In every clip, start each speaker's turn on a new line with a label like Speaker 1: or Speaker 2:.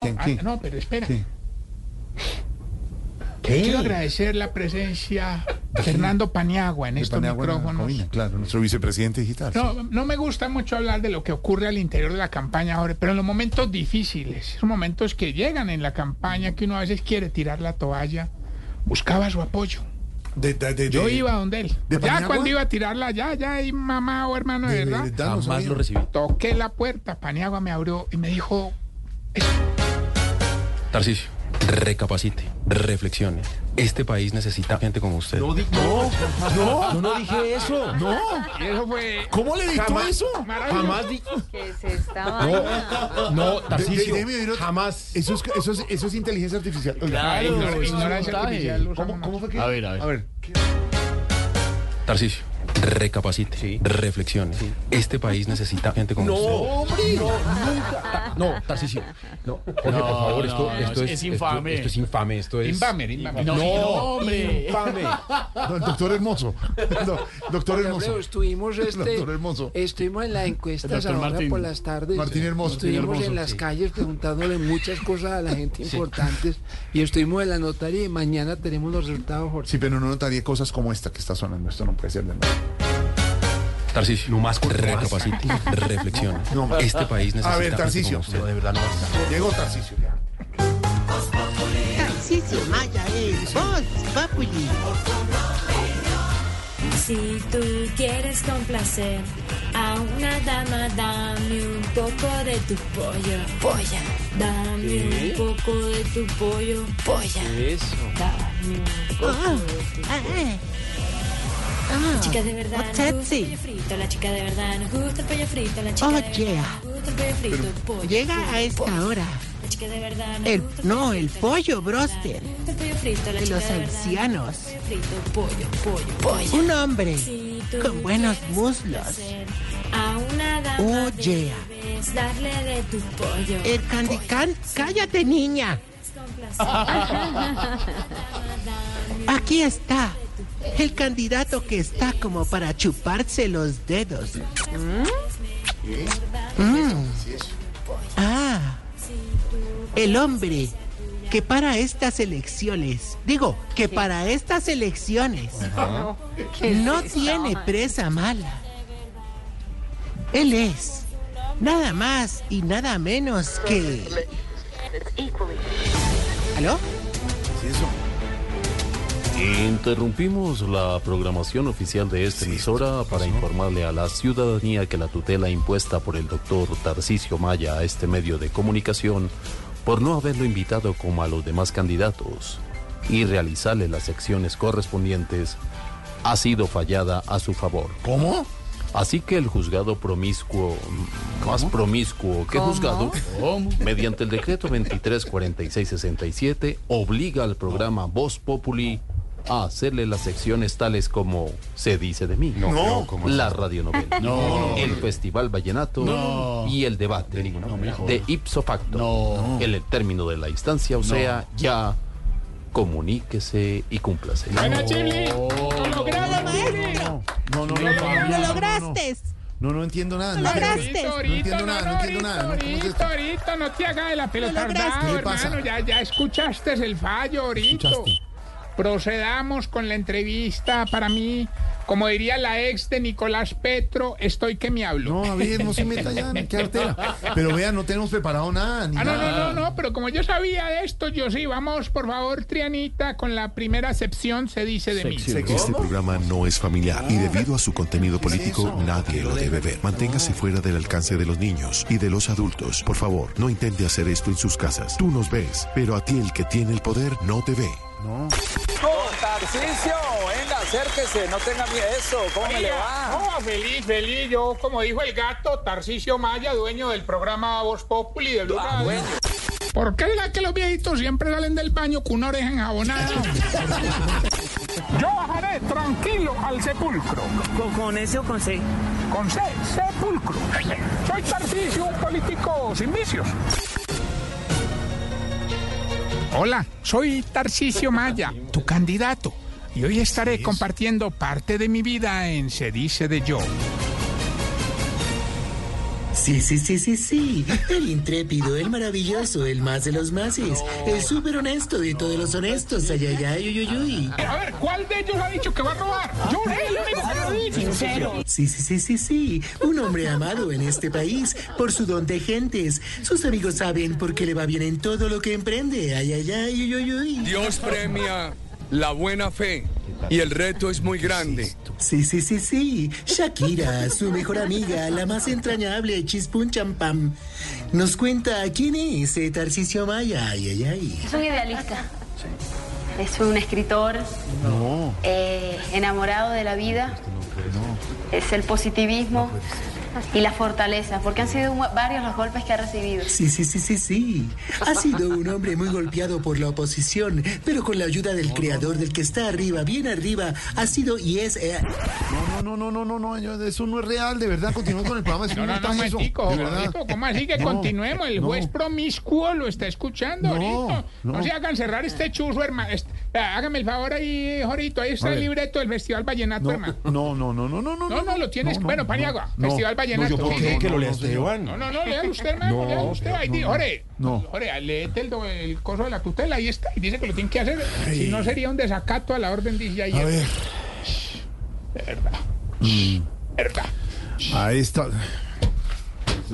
Speaker 1: Ah,
Speaker 2: sí.
Speaker 1: no, pero espera.
Speaker 2: Sí.
Speaker 1: Quiero agradecer la presencia de Fernando Paniagua en
Speaker 2: De
Speaker 1: estos
Speaker 2: Paniagua en la
Speaker 1: micrófonos.
Speaker 2: cabina, claro, nuestro vicepresidente digital. sí.
Speaker 1: No, no me gusta mucho hablar de lo que ocurre al interior de la campaña ahora, pero en los momentos difíciles, esos momentos que llegan en la campaña, que uno a veces quiere tirar la toalla, buscaba su apoyo.
Speaker 3: De- de- de-
Speaker 1: Yo
Speaker 3: de-
Speaker 1: iba donde él.
Speaker 3: ¿De
Speaker 1: ya
Speaker 3: Paniagua?
Speaker 1: cuando iba a tirarla, ya, ya, ahí mamá o hermano, de
Speaker 3: de
Speaker 1: verdad.
Speaker 3: verdad, no sabía.
Speaker 4: recibí.
Speaker 1: Toqué la puerta, Paniagua me abrió y me dijo,
Speaker 4: Tarcisio, recapacite, reflexione. Este país necesita gente como usted.
Speaker 3: No, di- no, no,
Speaker 5: Yo no dije eso.
Speaker 3: no.
Speaker 1: y eso fue
Speaker 3: ¿Cómo le dictó eso?
Speaker 1: maravilloso.
Speaker 5: Jamás di.
Speaker 6: Que se estaba.
Speaker 5: No, no, Tarcisio.
Speaker 3: De- de- de- de-
Speaker 5: Jamás.
Speaker 3: Eso es, eso es, eso es inteligencia artificial. Oiga,
Speaker 1: Ah,
Speaker 5: Claro,
Speaker 1: ignora-
Speaker 5: eso es un
Speaker 1: ignorancia
Speaker 5: montaje.
Speaker 1: artificial, lo usamos
Speaker 3: ¿Cómo,
Speaker 1: más.
Speaker 3: cómo fue que?
Speaker 5: A ver, a ver.
Speaker 3: A ver.
Speaker 4: Tarcisio, recapacite, reflexione. Este país necesita gente como usted.
Speaker 5: hombre. No, nunca. No, Tarcisio. No, Jorge, por favor, esto,
Speaker 7: no,
Speaker 5: esto
Speaker 7: es-
Speaker 5: es,
Speaker 7: es
Speaker 5: esto-
Speaker 7: infame.
Speaker 5: Esto, es infame, esto es.
Speaker 1: Invamer, Invamer.
Speaker 5: No,
Speaker 7: hombre.
Speaker 5: infame.
Speaker 3: No, el doctor Hermoso. No, doctor Hermoso.
Speaker 8: Alfredo, estuvimos, este,
Speaker 3: Doctor Hermoso.
Speaker 8: estuvimos en las encuestas
Speaker 7: Doctor
Speaker 8: ahora
Speaker 7: Martín.
Speaker 8: por las tardes.
Speaker 3: Martín Hermoso.
Speaker 8: Estuvimos
Speaker 3: Martín Hermoso,
Speaker 8: en las
Speaker 3: sí.
Speaker 8: calles preguntándole muchas cosas a la gente importantes. Y estuvimos en la notaría y mañana tenemos los resultados, Jorge.
Speaker 3: Sí, pero no notaría cosas como esta que está sonando. Esto no puede ser de nada.
Speaker 4: Tarcisio, recapacite, reflexione.
Speaker 3: No más.
Speaker 4: Este país necesita
Speaker 3: A ver,
Speaker 4: gente
Speaker 3: Tarcisio.
Speaker 4: como usted.
Speaker 3: de verdad no basta. Llegó Tarcisio ya.
Speaker 9: Sí, sí, Maya eh, es Voz Populi.
Speaker 10: Si tú quieres complacer a una dama, dame un poco de tu pollo. Polla. Dame un poco de tu pollo. Polla.
Speaker 5: Eso.
Speaker 10: Dame un poco de tu
Speaker 9: Ah, eh. Ah,
Speaker 10: La Ah, chica de verdad
Speaker 9: What's
Speaker 10: nos
Speaker 9: that
Speaker 10: gusta el
Speaker 9: thing?
Speaker 10: pollo frito, la chica de verdad nos gusta el pollo frito, la chica
Speaker 9: Oh,
Speaker 10: de verdad
Speaker 9: yeah.
Speaker 10: nos gusta el pollo frito, pollo.
Speaker 9: Llega a
Speaker 10: frito,
Speaker 9: esta hora
Speaker 10: pollo. La chica de verdad nos
Speaker 9: el-
Speaker 10: gusta
Speaker 9: no, el
Speaker 10: frito, la chica
Speaker 9: pollo
Speaker 10: de verdad nos
Speaker 9: broster
Speaker 10: gusta el pollo frito, la
Speaker 9: de
Speaker 10: chica
Speaker 9: los
Speaker 10: verdad nos gusta el
Speaker 9: ancianos.
Speaker 10: pollo frito, pollo, pollo, pollo.
Speaker 9: un hombre
Speaker 10: Si tú
Speaker 9: con buenos
Speaker 10: quieres
Speaker 9: muslos.
Speaker 10: complacer A una dama
Speaker 9: Oh, yeah.
Speaker 10: debes darle de tu pollo.
Speaker 9: El Candicán, cállate niña,
Speaker 10: Debes complacer a una dama, dame
Speaker 9: aquí está. El candidato que está como para chuparse los dedos. Mm. Ah, el hombre que para estas elecciones, digo, que para estas elecciones no tiene presa mala. Él es nada más y nada menos que... ¿Aló?
Speaker 11: Interrumpimos la programación oficial de esta emisora para informarle a la ciudadanía que la tutela impuesta por el doctor Tarcisio Maya a este medio de comunicación por no haberlo invitado como a los demás candidatos y realizarle las acciones correspondientes ha sido fallada a su favor.
Speaker 3: ¿Cómo?
Speaker 11: Así que el juzgado promiscuo, más promiscuo que juzgado, mediante el decreto 234667, obliga al programa Voz Populi a hacerle las secciones tales como Se dice de mí,
Speaker 3: No.
Speaker 11: la radionovela, el Festival Vallenato y el debate de, ipso facto. En el término de la instancia, o sea, ya comuníquese y cúmplase.
Speaker 1: Buena, Chile. Lo logramos, Chile.
Speaker 3: No, no, no. no, no,
Speaker 9: ¡Lo
Speaker 3: no,
Speaker 9: lograste!
Speaker 3: No, no entiendo nada. no
Speaker 9: Lo
Speaker 3: entiendo.
Speaker 9: lograste.
Speaker 1: Torito,
Speaker 3: No entiendo nada, no entiendo nada, ¿no? ¿Cómo es
Speaker 1: Torito,
Speaker 3: esto?
Speaker 1: Torito, no te hagas de la pelota
Speaker 9: lograste.
Speaker 1: ardado,
Speaker 3: ¿Qué pasa?
Speaker 1: hermano. Ya, ya escuchaste el fallo, Orito.
Speaker 3: Escuchaste.
Speaker 1: Procedamos con la entrevista. Para mí, como diría la ex de Nicolás Petro, estoy que me hablo.
Speaker 3: No, a ver, no se meta ya, qué artera. Pero vean, no tenemos preparado nada, ni
Speaker 1: Ah, no, no,
Speaker 3: nada.
Speaker 1: no, no, pero como yo sabía de esto, yo sí, vamos, por favor, Trianita, con la primera acepción se dice de mí.
Speaker 12: Este programa no es familiar y debido a su contenido político nadie lo debe ver. Manténgase fuera del alcance de los niños y de los adultos. Por favor, no intente hacer esto en sus casas. Tú nos ves, pero a ti el que tiene el poder no te ve.
Speaker 7: Tarcicio, venga, acérquese, no tenga miedo. Eso, ¿cómo me le va?
Speaker 1: No, Oh, feliz, feliz. Yo, como dijo el gato, Tarcisio Maya, dueño del programa Voz Populi de Blue
Speaker 8: Ah,
Speaker 1: Radio. ¿Por qué será que los viejitos siempre salen del baño con una oreja enjabonada? Yo bajaré tranquilo al sepulcro.
Speaker 8: ¿Con, eso con C?
Speaker 1: Con C, sepulcro. Soy Tarcisio, un político sin vicios. Hola, soy Tarcisio Maya, tu candidato. Y hoy estaré compartiendo parte de mi vida en Se dice de yo.
Speaker 6: Sí, sí, sí, sí, sí. El intrépido, el maravilloso, el más de los máses. El súper honesto de todos los honestos. Ay, ay, ay, uy, uy, uy.
Speaker 1: A ver, ¿cuál de ellos ha dicho que va a robar? Yo no el único que lo dice. Sincero.
Speaker 6: Sí, sí, sí, sí, sí. Un hombre amado en este país por su don de gentes. Sus amigos saben por qué le va bien en todo lo que emprende. Ay, ay, ay, uy, uy, uy.
Speaker 13: Dios premia la buena fe y el reto es muy grande.
Speaker 6: Sí, sí, sí, sí. Shakira, su mejor amiga, la más entrañable, chispun champam, nos cuenta quién es eh, Tarcisio Maya. Ay, ay, ay.
Speaker 14: Es un idealista. Es un escritor
Speaker 3: No.
Speaker 14: eh, enamorado de la vida. Es el positivismo y la fortaleza, porque han sido mu- varios los golpes que ha recibido.
Speaker 6: Sí, sí, sí, sí, sí. Ha sido un hombre muy golpeado por la oposición, pero con la ayuda del creador, del que está arriba, bien arriba, ha sido y es... eh,
Speaker 3: No, no, no, no, no, no, yo- eso no es real, de verdad, continuemos con el programa. es
Speaker 1: No,
Speaker 3: un
Speaker 1: no, no,
Speaker 3: montaje eso,
Speaker 1: momentico,
Speaker 3: de verdad.
Speaker 1: momentico, ¿cómo así que
Speaker 3: No,
Speaker 1: continuemos? El
Speaker 3: no.
Speaker 1: juez promiscuo lo está escuchando,
Speaker 3: No,
Speaker 1: ahorita. no,
Speaker 3: no.
Speaker 1: se hagan cerrar este chuzo, hermano. Este- ah, hágame el favor ahí, Jorito, ahí
Speaker 3: A
Speaker 1: está el
Speaker 3: ver.
Speaker 1: libreto del Festival Vallenato, hermano.
Speaker 3: No, no, no, no, no, no.
Speaker 1: No, no, lo tienes.
Speaker 3: No, no,
Speaker 1: bueno,
Speaker 3: no,
Speaker 1: Paniagua,
Speaker 3: no.
Speaker 1: Festival Vallenato.
Speaker 3: No, yo por
Speaker 1: sí,
Speaker 3: qué
Speaker 1: sí.
Speaker 3: que lo lea Esteban.
Speaker 1: No, no, no, léalo usted, hermano,
Speaker 3: No,
Speaker 1: léalo usted. Ahí, di-
Speaker 3: no,
Speaker 1: Ore,
Speaker 3: no.
Speaker 1: Ore, léete el, do- el coso de la tutela, ahí está. Y dice que lo tiene que hacer. Si no, sería un desacato a la orden, dije ayer.
Speaker 3: A ver.
Speaker 1: De verdad,
Speaker 3: Mm,
Speaker 1: verdad.
Speaker 3: ahí está.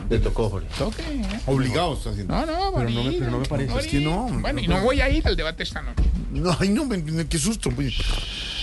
Speaker 11: Te tocó, Jorge.
Speaker 1: Toque, ¿eh?
Speaker 3: Obligados está haciendo.
Speaker 1: No, no,
Speaker 3: pero no, me, pero no me parece. Es que no.
Speaker 1: Bueno, y no voy a ir al debate esta noche.
Speaker 3: No, ay, no, me- me- qué susto. pues.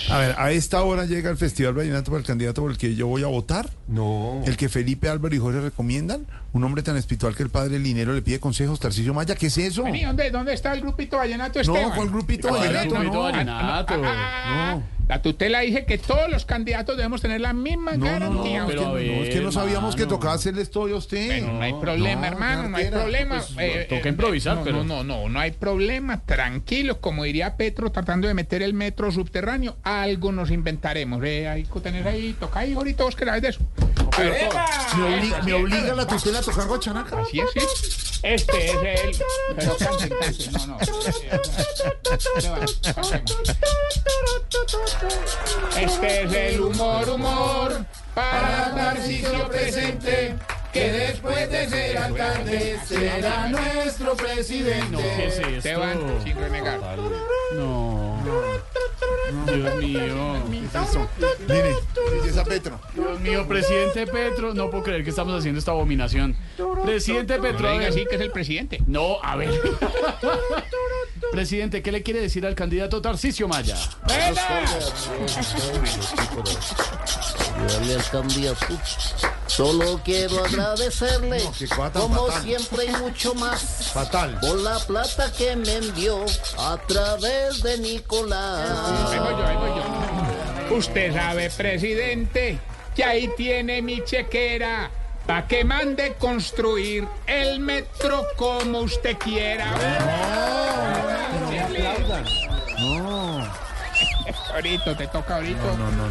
Speaker 3: A ver, a esta hora llega el Festival Vallenato para el candidato por el que yo voy a votar. No. El que Felipe Álvaro y Jorge recomiendan. Un hombre tan espiritual que el padre Linero le pide consejos. Tarcisio Maya, ¿qué es eso?
Speaker 1: Vení, ¿dónde, ¿dónde está el grupito vallenato
Speaker 3: No,
Speaker 1: Esteban?
Speaker 3: ¿cuál grupito
Speaker 1: Ah,
Speaker 3: vallenato?
Speaker 1: no,
Speaker 3: No,
Speaker 1: ah,
Speaker 3: vallenato.
Speaker 1: ah, ah, La tutela dije que todos los candidatos debemos tener la misma
Speaker 3: No, no, no,
Speaker 1: garantía.
Speaker 3: es que
Speaker 1: Usted-
Speaker 3: no, es que no sabíamos que tocaba hacerle esto hoy a usted.
Speaker 1: Bueno, no hay problema, hermano, no hay
Speaker 3: cartera,
Speaker 1: problema.
Speaker 3: pues,
Speaker 1: Eh,
Speaker 3: toca
Speaker 1: eh,
Speaker 3: improvisar,
Speaker 1: no,
Speaker 3: pero-
Speaker 1: No, no, no, no hay problema. Tranquilos, como diría Petro, tratando de meter el metro subterráneo, algo nos inventaremos. Eh, hay que tener ahí, toca ahí, ahorita vos que sabés de eso.
Speaker 3: Pero,
Speaker 1: ¡Epa!
Speaker 3: me, obliga, me obliga la tutela Pues, a tocar guachanaca.
Speaker 1: Así es, sí. Este es el. Pero cante, cante. No, no. Este es el humor, humor para Tarcisio presente, que después de ser alcalde será nuestro presidente. Esteban, sin renegar.
Speaker 5: No. Dios mío.
Speaker 3: Mire, es a Petro.
Speaker 5: Dios mío, presidente Petro. No puedo creer que estamos haciendo esta abominación. Presidente Petro.
Speaker 1: No
Speaker 5: a
Speaker 1: diga
Speaker 5: ver.
Speaker 1: así que es el presidente.
Speaker 5: No, a ver. Presidente, ¿qué le quiere decir al candidato Tarcisio Maya?
Speaker 15: Ayudarle al candidato. Solo quiero agradecerle,
Speaker 3: No, qué cuata
Speaker 15: como
Speaker 3: fatal.
Speaker 15: siempre y mucho más,
Speaker 3: Fatal.
Speaker 15: por la plata que me envió a través de Nicolás.
Speaker 1: Ahí voy yo, ahí voy yo. Usted sabe, presidente, que ahí tiene mi chequera. Pa' que mande construir el metro como usted quiera. Ahorita te toca ahorita.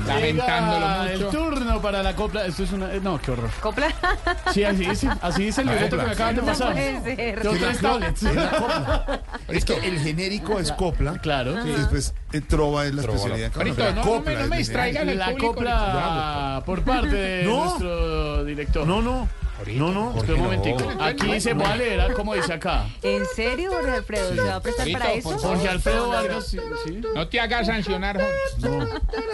Speaker 1: Lamentándolo
Speaker 5: Llega
Speaker 1: mucho.
Speaker 5: El turno para la copla. Esto es una. eh, No, qué horror. ¿Copla? Sí, así dice. Así dice el
Speaker 3: La
Speaker 5: libreto que me
Speaker 3: copla,
Speaker 5: acaban de
Speaker 3: sí.
Speaker 5: pasar.
Speaker 3: No puede
Speaker 5: Yo
Speaker 3: ser.
Speaker 5: tres
Speaker 3: Sí, la
Speaker 5: tablets.
Speaker 3: copla, Es que el genérico es copla.
Speaker 5: Claro.
Speaker 3: Y después eh, trova es la especialidad.
Speaker 1: Ahorita,
Speaker 3: Pero
Speaker 1: no, no me-
Speaker 3: copla
Speaker 1: no me
Speaker 3: es
Speaker 1: distraiga. Traigan al
Speaker 5: La
Speaker 1: público
Speaker 5: copla por parte de
Speaker 3: No.
Speaker 5: nuestro director.
Speaker 3: No, no. No, no.
Speaker 5: Espera un momentico. Aquí se puede leer, ah, como dice acá.
Speaker 16: ¿En serio, Jorge Alfredo? ¿Se va a prestar
Speaker 1: Listo,
Speaker 16: para
Speaker 1: por
Speaker 16: eso?
Speaker 1: favor.
Speaker 5: Jorge Alfredo Vargas. Sí, sí.
Speaker 1: No te hagas sancionar, Jorge.
Speaker 3: No,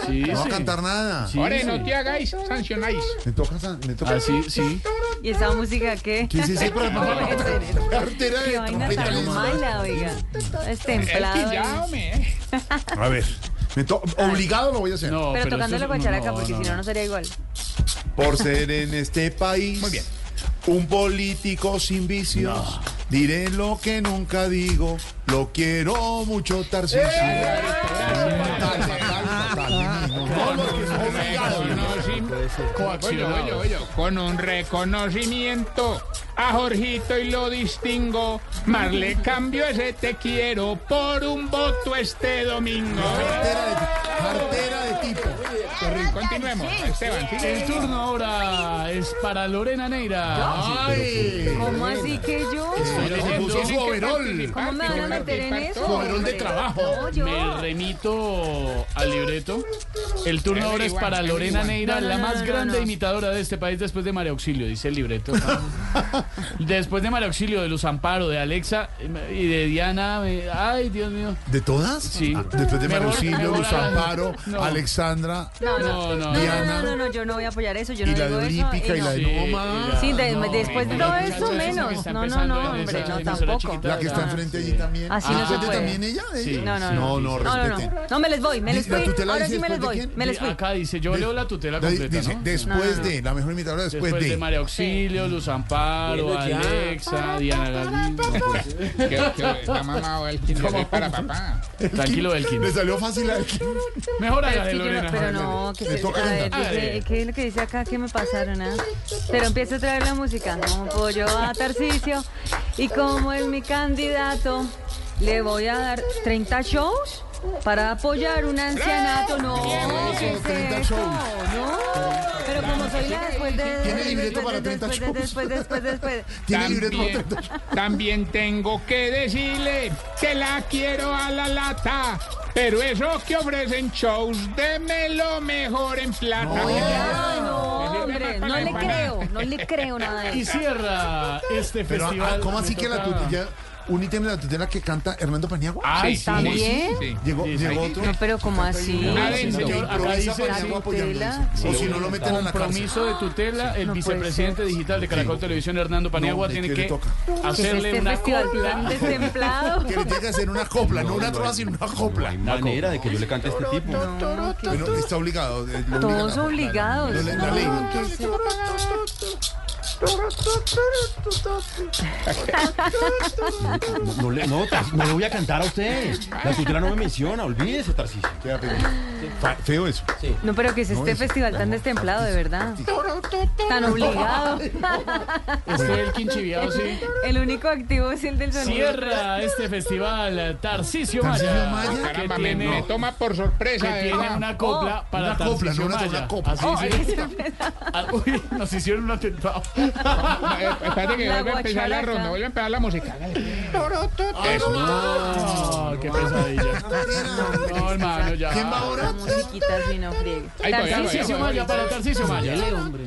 Speaker 5: sí,
Speaker 3: no va a
Speaker 5: sí.
Speaker 3: cantar nada.
Speaker 5: Sí,
Speaker 1: Jorge,
Speaker 5: sí.
Speaker 1: no te hagáis, sancionáis.
Speaker 3: Me toca. san- Me toca.
Speaker 5: Así, sí.
Speaker 16: ¿Y esa música qué?
Speaker 3: ¿Qué es ese programa? Cartera de
Speaker 16: Qué vaina
Speaker 3: trompeta.
Speaker 16: tan mala, oiga. Es templado.
Speaker 1: Es que ya,
Speaker 16: ¿eh?
Speaker 1: hombre, eh.
Speaker 3: A ver. me to- Obligado lo voy a hacer.
Speaker 5: No,
Speaker 16: Pero
Speaker 5: esto
Speaker 16: tocando la
Speaker 5: es-
Speaker 16: guacharaca,
Speaker 5: no,
Speaker 16: porque
Speaker 5: no,
Speaker 16: si no, no sería igual.
Speaker 3: Por ser en este país.
Speaker 1: Muy bien.
Speaker 3: Un político sin vicios. Diré lo que nunca digo. Lo quiero mucho, Tarcisio. Fatal, fatal, fatal. No, no, no, no, no, obligado.
Speaker 1: Oye, oye,
Speaker 5: Coaccionado.
Speaker 1: oye, con un reconocimiento a Jorgito y lo distingo, más le cambio ese te quiero por un voto este domingo.
Speaker 3: Cartera de, cartera de tipo.
Speaker 1: Rico. Continuemos. Esteban, sigue.
Speaker 5: El turno ahora es para Lorena
Speaker 16: ¿Yo?
Speaker 5: Neira.
Speaker 16: ¿Cómo así que yo?
Speaker 5: Estoy leyendo-
Speaker 17: puso su overol.
Speaker 16: ¿Cómo me van a meter en eso?
Speaker 17: Su overol de trabajo.
Speaker 16: No, yo.
Speaker 5: Me remito al libreto. El turno ahora es para Lorena Neira,
Speaker 16: No, no,
Speaker 5: la
Speaker 16: no,
Speaker 5: más
Speaker 16: no,
Speaker 5: grande
Speaker 16: no.
Speaker 5: imitadora de este país después de María Auxilio, dice el libreto. después de María Auxilio, de Luz Amparo, de Alexa y de Diana. eh, Ay, Dios mío.
Speaker 3: ¿De todas?
Speaker 5: Sí.
Speaker 3: Ah, después de
Speaker 5: Mejor-
Speaker 3: Marucilio,
Speaker 5: mejor
Speaker 3: Luz
Speaker 5: a-
Speaker 3: Amparo,
Speaker 5: No.
Speaker 3: Alexandra.
Speaker 16: No, no, no, no,
Speaker 3: Diana.
Speaker 16: no, no, no, yo no voy a apoyar eso, yo
Speaker 3: Y
Speaker 16: no
Speaker 3: la
Speaker 16: digo
Speaker 3: de
Speaker 16: eso.
Speaker 3: Olímpica
Speaker 16: eh,
Speaker 3: y la de
Speaker 16: no.
Speaker 3: No Más.
Speaker 16: Sí, de- después de todo eso, menos. No, no, no, hombre, no, tampoco.
Speaker 3: La que está
Speaker 16: No, no.
Speaker 3: enfrente allí también.
Speaker 16: Así no se
Speaker 3: ¿Enfrente
Speaker 16: puede.
Speaker 3: también ella?
Speaker 5: Sí.
Speaker 16: No, no,
Speaker 3: No, no,
Speaker 16: No, no,
Speaker 3: respeten.
Speaker 16: no. No, me les voy, me les
Speaker 3: Dice, la
Speaker 16: fui.
Speaker 3: tutela
Speaker 16: Ahora
Speaker 3: dice
Speaker 16: sí me les
Speaker 3: después de
Speaker 16: voy,
Speaker 3: quién?
Speaker 16: me les fui.
Speaker 1: ah,
Speaker 5: Acá dice, yo
Speaker 3: De-
Speaker 5: leo la tutela
Speaker 3: Da-
Speaker 5: completa,
Speaker 3: dice,
Speaker 5: ¿no?
Speaker 3: después
Speaker 16: No, no, no.
Speaker 3: de, la mejor imitadora después,
Speaker 5: Después de
Speaker 3: de.
Speaker 5: María Auxilio, Luz Amparo,
Speaker 1: Bueno, ya.
Speaker 5: Alexa, Diana Galindo.
Speaker 1: Que- que Está mamado el quinto para papá.
Speaker 5: Tranquilo, Elkin.
Speaker 3: Le salió fácil a Elkin.
Speaker 5: Mejor
Speaker 16: Pero
Speaker 5: haga
Speaker 16: es
Speaker 5: de
Speaker 16: que yo no,
Speaker 5: Lorena. Ah, eh.
Speaker 16: pero no, que
Speaker 3: Le
Speaker 16: se,
Speaker 3: toca
Speaker 16: a ver,
Speaker 3: cantar.
Speaker 16: ¿qué, qué es lo que dice acá? ¿Qué me pasaron? ah? Pero empieza otra vez la música. Como pollo a Tarcicio y como es mi candidato, le voy a dar 30 shows para apoyar un ancianato. No, ¿qué es eso? No, pero como soy la después de...
Speaker 3: Tiene libreto para
Speaker 16: después de-
Speaker 3: 30
Speaker 16: después de- Después, de- después, de- después. de-
Speaker 3: Tiene libreto
Speaker 1: También, también tengo que decirle que la quiero a la lata. Pero eso que ofrecen shows, démelo mejor en plata.
Speaker 16: Ay, no, hombre, no le creo, no le creo nada de
Speaker 5: Y
Speaker 16: eso.
Speaker 5: cierra este
Speaker 3: Pero,
Speaker 5: festival.
Speaker 3: ah, ¿cómo así
Speaker 5: Me
Speaker 3: que la
Speaker 5: toca-
Speaker 3: tutela? Uni tiene la tutela que canta Hernando Paniagua.
Speaker 5: Ay, Ah, sí,
Speaker 16: ¿También?
Speaker 3: Llegó, llegó otro.
Speaker 16: No, pues, pero como así?
Speaker 5: Ah,
Speaker 3: Sí,
Speaker 5: sí,
Speaker 3: que
Speaker 5: señor, acá
Speaker 3: improvisa
Speaker 5: dice
Speaker 3: Paniagua
Speaker 5: sí,
Speaker 3: apoyándose.
Speaker 16: tutela.
Speaker 3: O si no lo meten a la cárcel.
Speaker 5: Compromiso de tutela, el
Speaker 16: No puede
Speaker 5: vicepresidente
Speaker 16: ser.
Speaker 5: digital de Caracol Televisión, Hernando Paniagua,
Speaker 3: ¿de
Speaker 5: tiene
Speaker 3: qué le
Speaker 5: que
Speaker 3: toca?
Speaker 5: hacerle
Speaker 16: este
Speaker 5: una
Speaker 16: festival
Speaker 5: copla.
Speaker 16: tan destemplado.
Speaker 3: Que le tiene que hacer una copla, no, una trova, sino una copla.
Speaker 4: Manera de que yo le cante a este tipo.
Speaker 3: Bueno, está obligado. eh, lo obligan
Speaker 16: Todos
Speaker 3: a-
Speaker 16: obligados.
Speaker 3: La- la
Speaker 16: No,
Speaker 3: ley.
Speaker 16: ¿qué es eso?
Speaker 4: No le, no, Tar- no le voy a cantar a usted. La tutela no me menciona, olvídese, Tarcísio.
Speaker 3: Queda feo. Fa- Feo eso.
Speaker 16: No, pero que es este festival tan destemplado, de verdad. Tan obligado.
Speaker 5: Este el quinchiviado, sí.
Speaker 16: El único activo es el del sonido.
Speaker 5: Cierra este festival Tarcisio
Speaker 3: ¿Tarcisio
Speaker 5: Maya.
Speaker 3: Maya?
Speaker 5: Que
Speaker 1: Caramba, me, me
Speaker 5: tiene,
Speaker 1: toma por
Speaker 5: que
Speaker 1: sorpresa. eh. de
Speaker 5: tiene
Speaker 1: verdad.
Speaker 5: una copla para
Speaker 3: Una copla, no
Speaker 5: Tarcisio
Speaker 3: una-
Speaker 5: Maya.
Speaker 3: una copla.
Speaker 5: Así se- Ah, uy, nos hicieron un atentado.
Speaker 1: Eh, Espérate que
Speaker 16: La
Speaker 1: vuelva a empezar la
Speaker 16: guacharaca.
Speaker 1: ronda, vuelve a empezar la música. dale.
Speaker 5: Ah, qué pesadilla. No, hermano, ya.
Speaker 3: ¿Quién va ahora?
Speaker 16: La musiquita sí no friega.
Speaker 1: Ahí voy, ahí voy, ahí voy.
Speaker 5: Tarcisio Maya para Tarcisio Maya.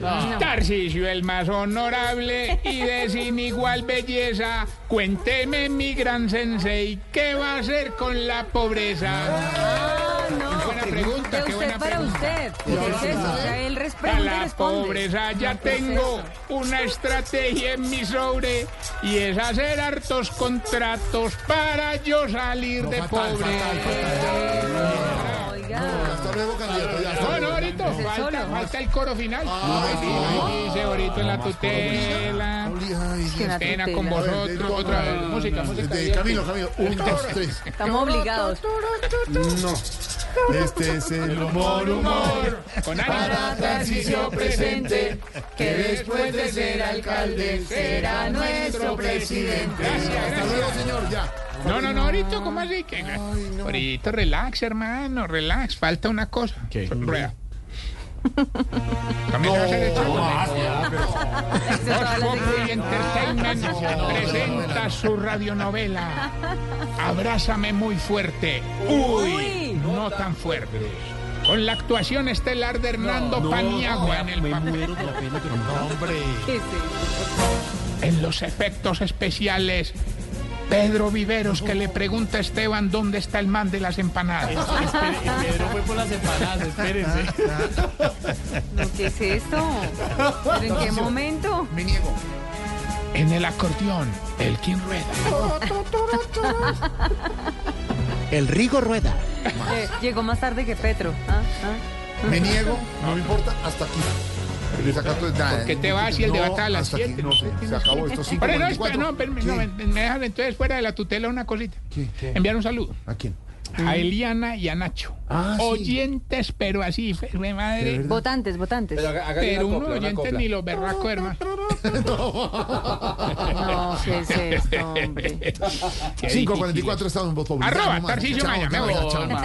Speaker 5: Ah.
Speaker 1: Tarcisio, el más honorable y de sin igual belleza. Cuénteme, mi gran sensei, ¿qué va a hacer con la pobreza?
Speaker 16: Ah, no.
Speaker 1: Qué buena pregunta,
Speaker 16: De
Speaker 1: qué buena
Speaker 16: usted para
Speaker 1: pregunta.
Speaker 16: usted. ¿Qué es eso? O sea, él res-
Speaker 1: A
Speaker 16: pregunta y
Speaker 1: la
Speaker 16: responde.
Speaker 1: pobreza ya
Speaker 16: No, ¿qué es
Speaker 1: tengo
Speaker 16: eso?
Speaker 1: una estrategia en mi sobre y es hacer hartos contratos para yo salir de pobre.
Speaker 16: Oiga.
Speaker 3: Hasta luego, candidato. ya, hasta
Speaker 1: No, no,
Speaker 3: luego.
Speaker 1: ahorita
Speaker 16: es
Speaker 1: falta,
Speaker 16: solo.
Speaker 1: falta el coro final. Ahí dice ahorita en la tutela.
Speaker 3: Ay,
Speaker 16: Que una
Speaker 1: Pena
Speaker 16: tutela.
Speaker 1: con vosotros, otra vez. Música, música.
Speaker 3: Este, Camilo, Camilo, un, dos, tres.
Speaker 16: Estamos obligados.
Speaker 3: Este es el humor, humor.
Speaker 1: Con
Speaker 3: Para Tarcisio presente,
Speaker 1: que
Speaker 3: después de ser alcalde, será
Speaker 1: nuestro presidente. Gracias,
Speaker 3: Hasta
Speaker 1: gracias.
Speaker 3: luego, señor, ya.
Speaker 1: No, no, no, ahorita, ¿cómo así? Que- Ahorita, relax, hermano, relax. Falta una cosa. Rueda. También se va a hacer el show.
Speaker 3: Ah,
Speaker 16: Eso
Speaker 1: Voz
Speaker 16: todas las
Speaker 1: Populi
Speaker 16: secciones.
Speaker 1: Entertainment presenta su radionovela. Abrázame muy fuerte. Uy, no tan fuerte. Con la actuación estelar de Hernando Paniagua en el papel.
Speaker 16: ¿Qué es eso?
Speaker 1: En los efectos especiales, Pedro Viveros que le pregunta a Esteban dónde está el man de las empanadas.
Speaker 5: Espere, Pedro fue por las empanadas, espérense.
Speaker 16: No, ¿Qué es esto? ¿Pero en qué momento?
Speaker 3: Me niego.
Speaker 1: En el acordeón, Elkin Rueda.
Speaker 9: El Rigo Rueda.
Speaker 16: Eh, Llegó más tarde que Petro. Ah, ah.
Speaker 1: Mm.
Speaker 3: Me niego, no me importa, hasta aquí. El desacato es nada.
Speaker 1: Porque te vas y el
Speaker 3: No,
Speaker 1: debate a las
Speaker 3: hasta aquí,
Speaker 1: siete.
Speaker 3: No sé, se acabó esto. cinco
Speaker 1: Pero no, espera,
Speaker 3: 44.
Speaker 1: no, pero me-
Speaker 3: ¿Qué?
Speaker 1: no, me, me dejan entonces fuera de la tutela una cosita. Enviar un saludo.
Speaker 3: ¿A quién?
Speaker 1: a Eliana y a Nacho.
Speaker 3: Ah, sí.
Speaker 1: oyentes, pero así, fe- de madre.
Speaker 16: Votantes, votantes.
Speaker 1: Pero unos oyentes ni los berracos, hermano.
Speaker 16: No, ¿qué es esto, hombre?
Speaker 1: Qué difícil.
Speaker 3: 544 estamos en voz popular.
Speaker 1: Arroba, Tarcisio Maya, me voy.
Speaker 3: Chao, mano.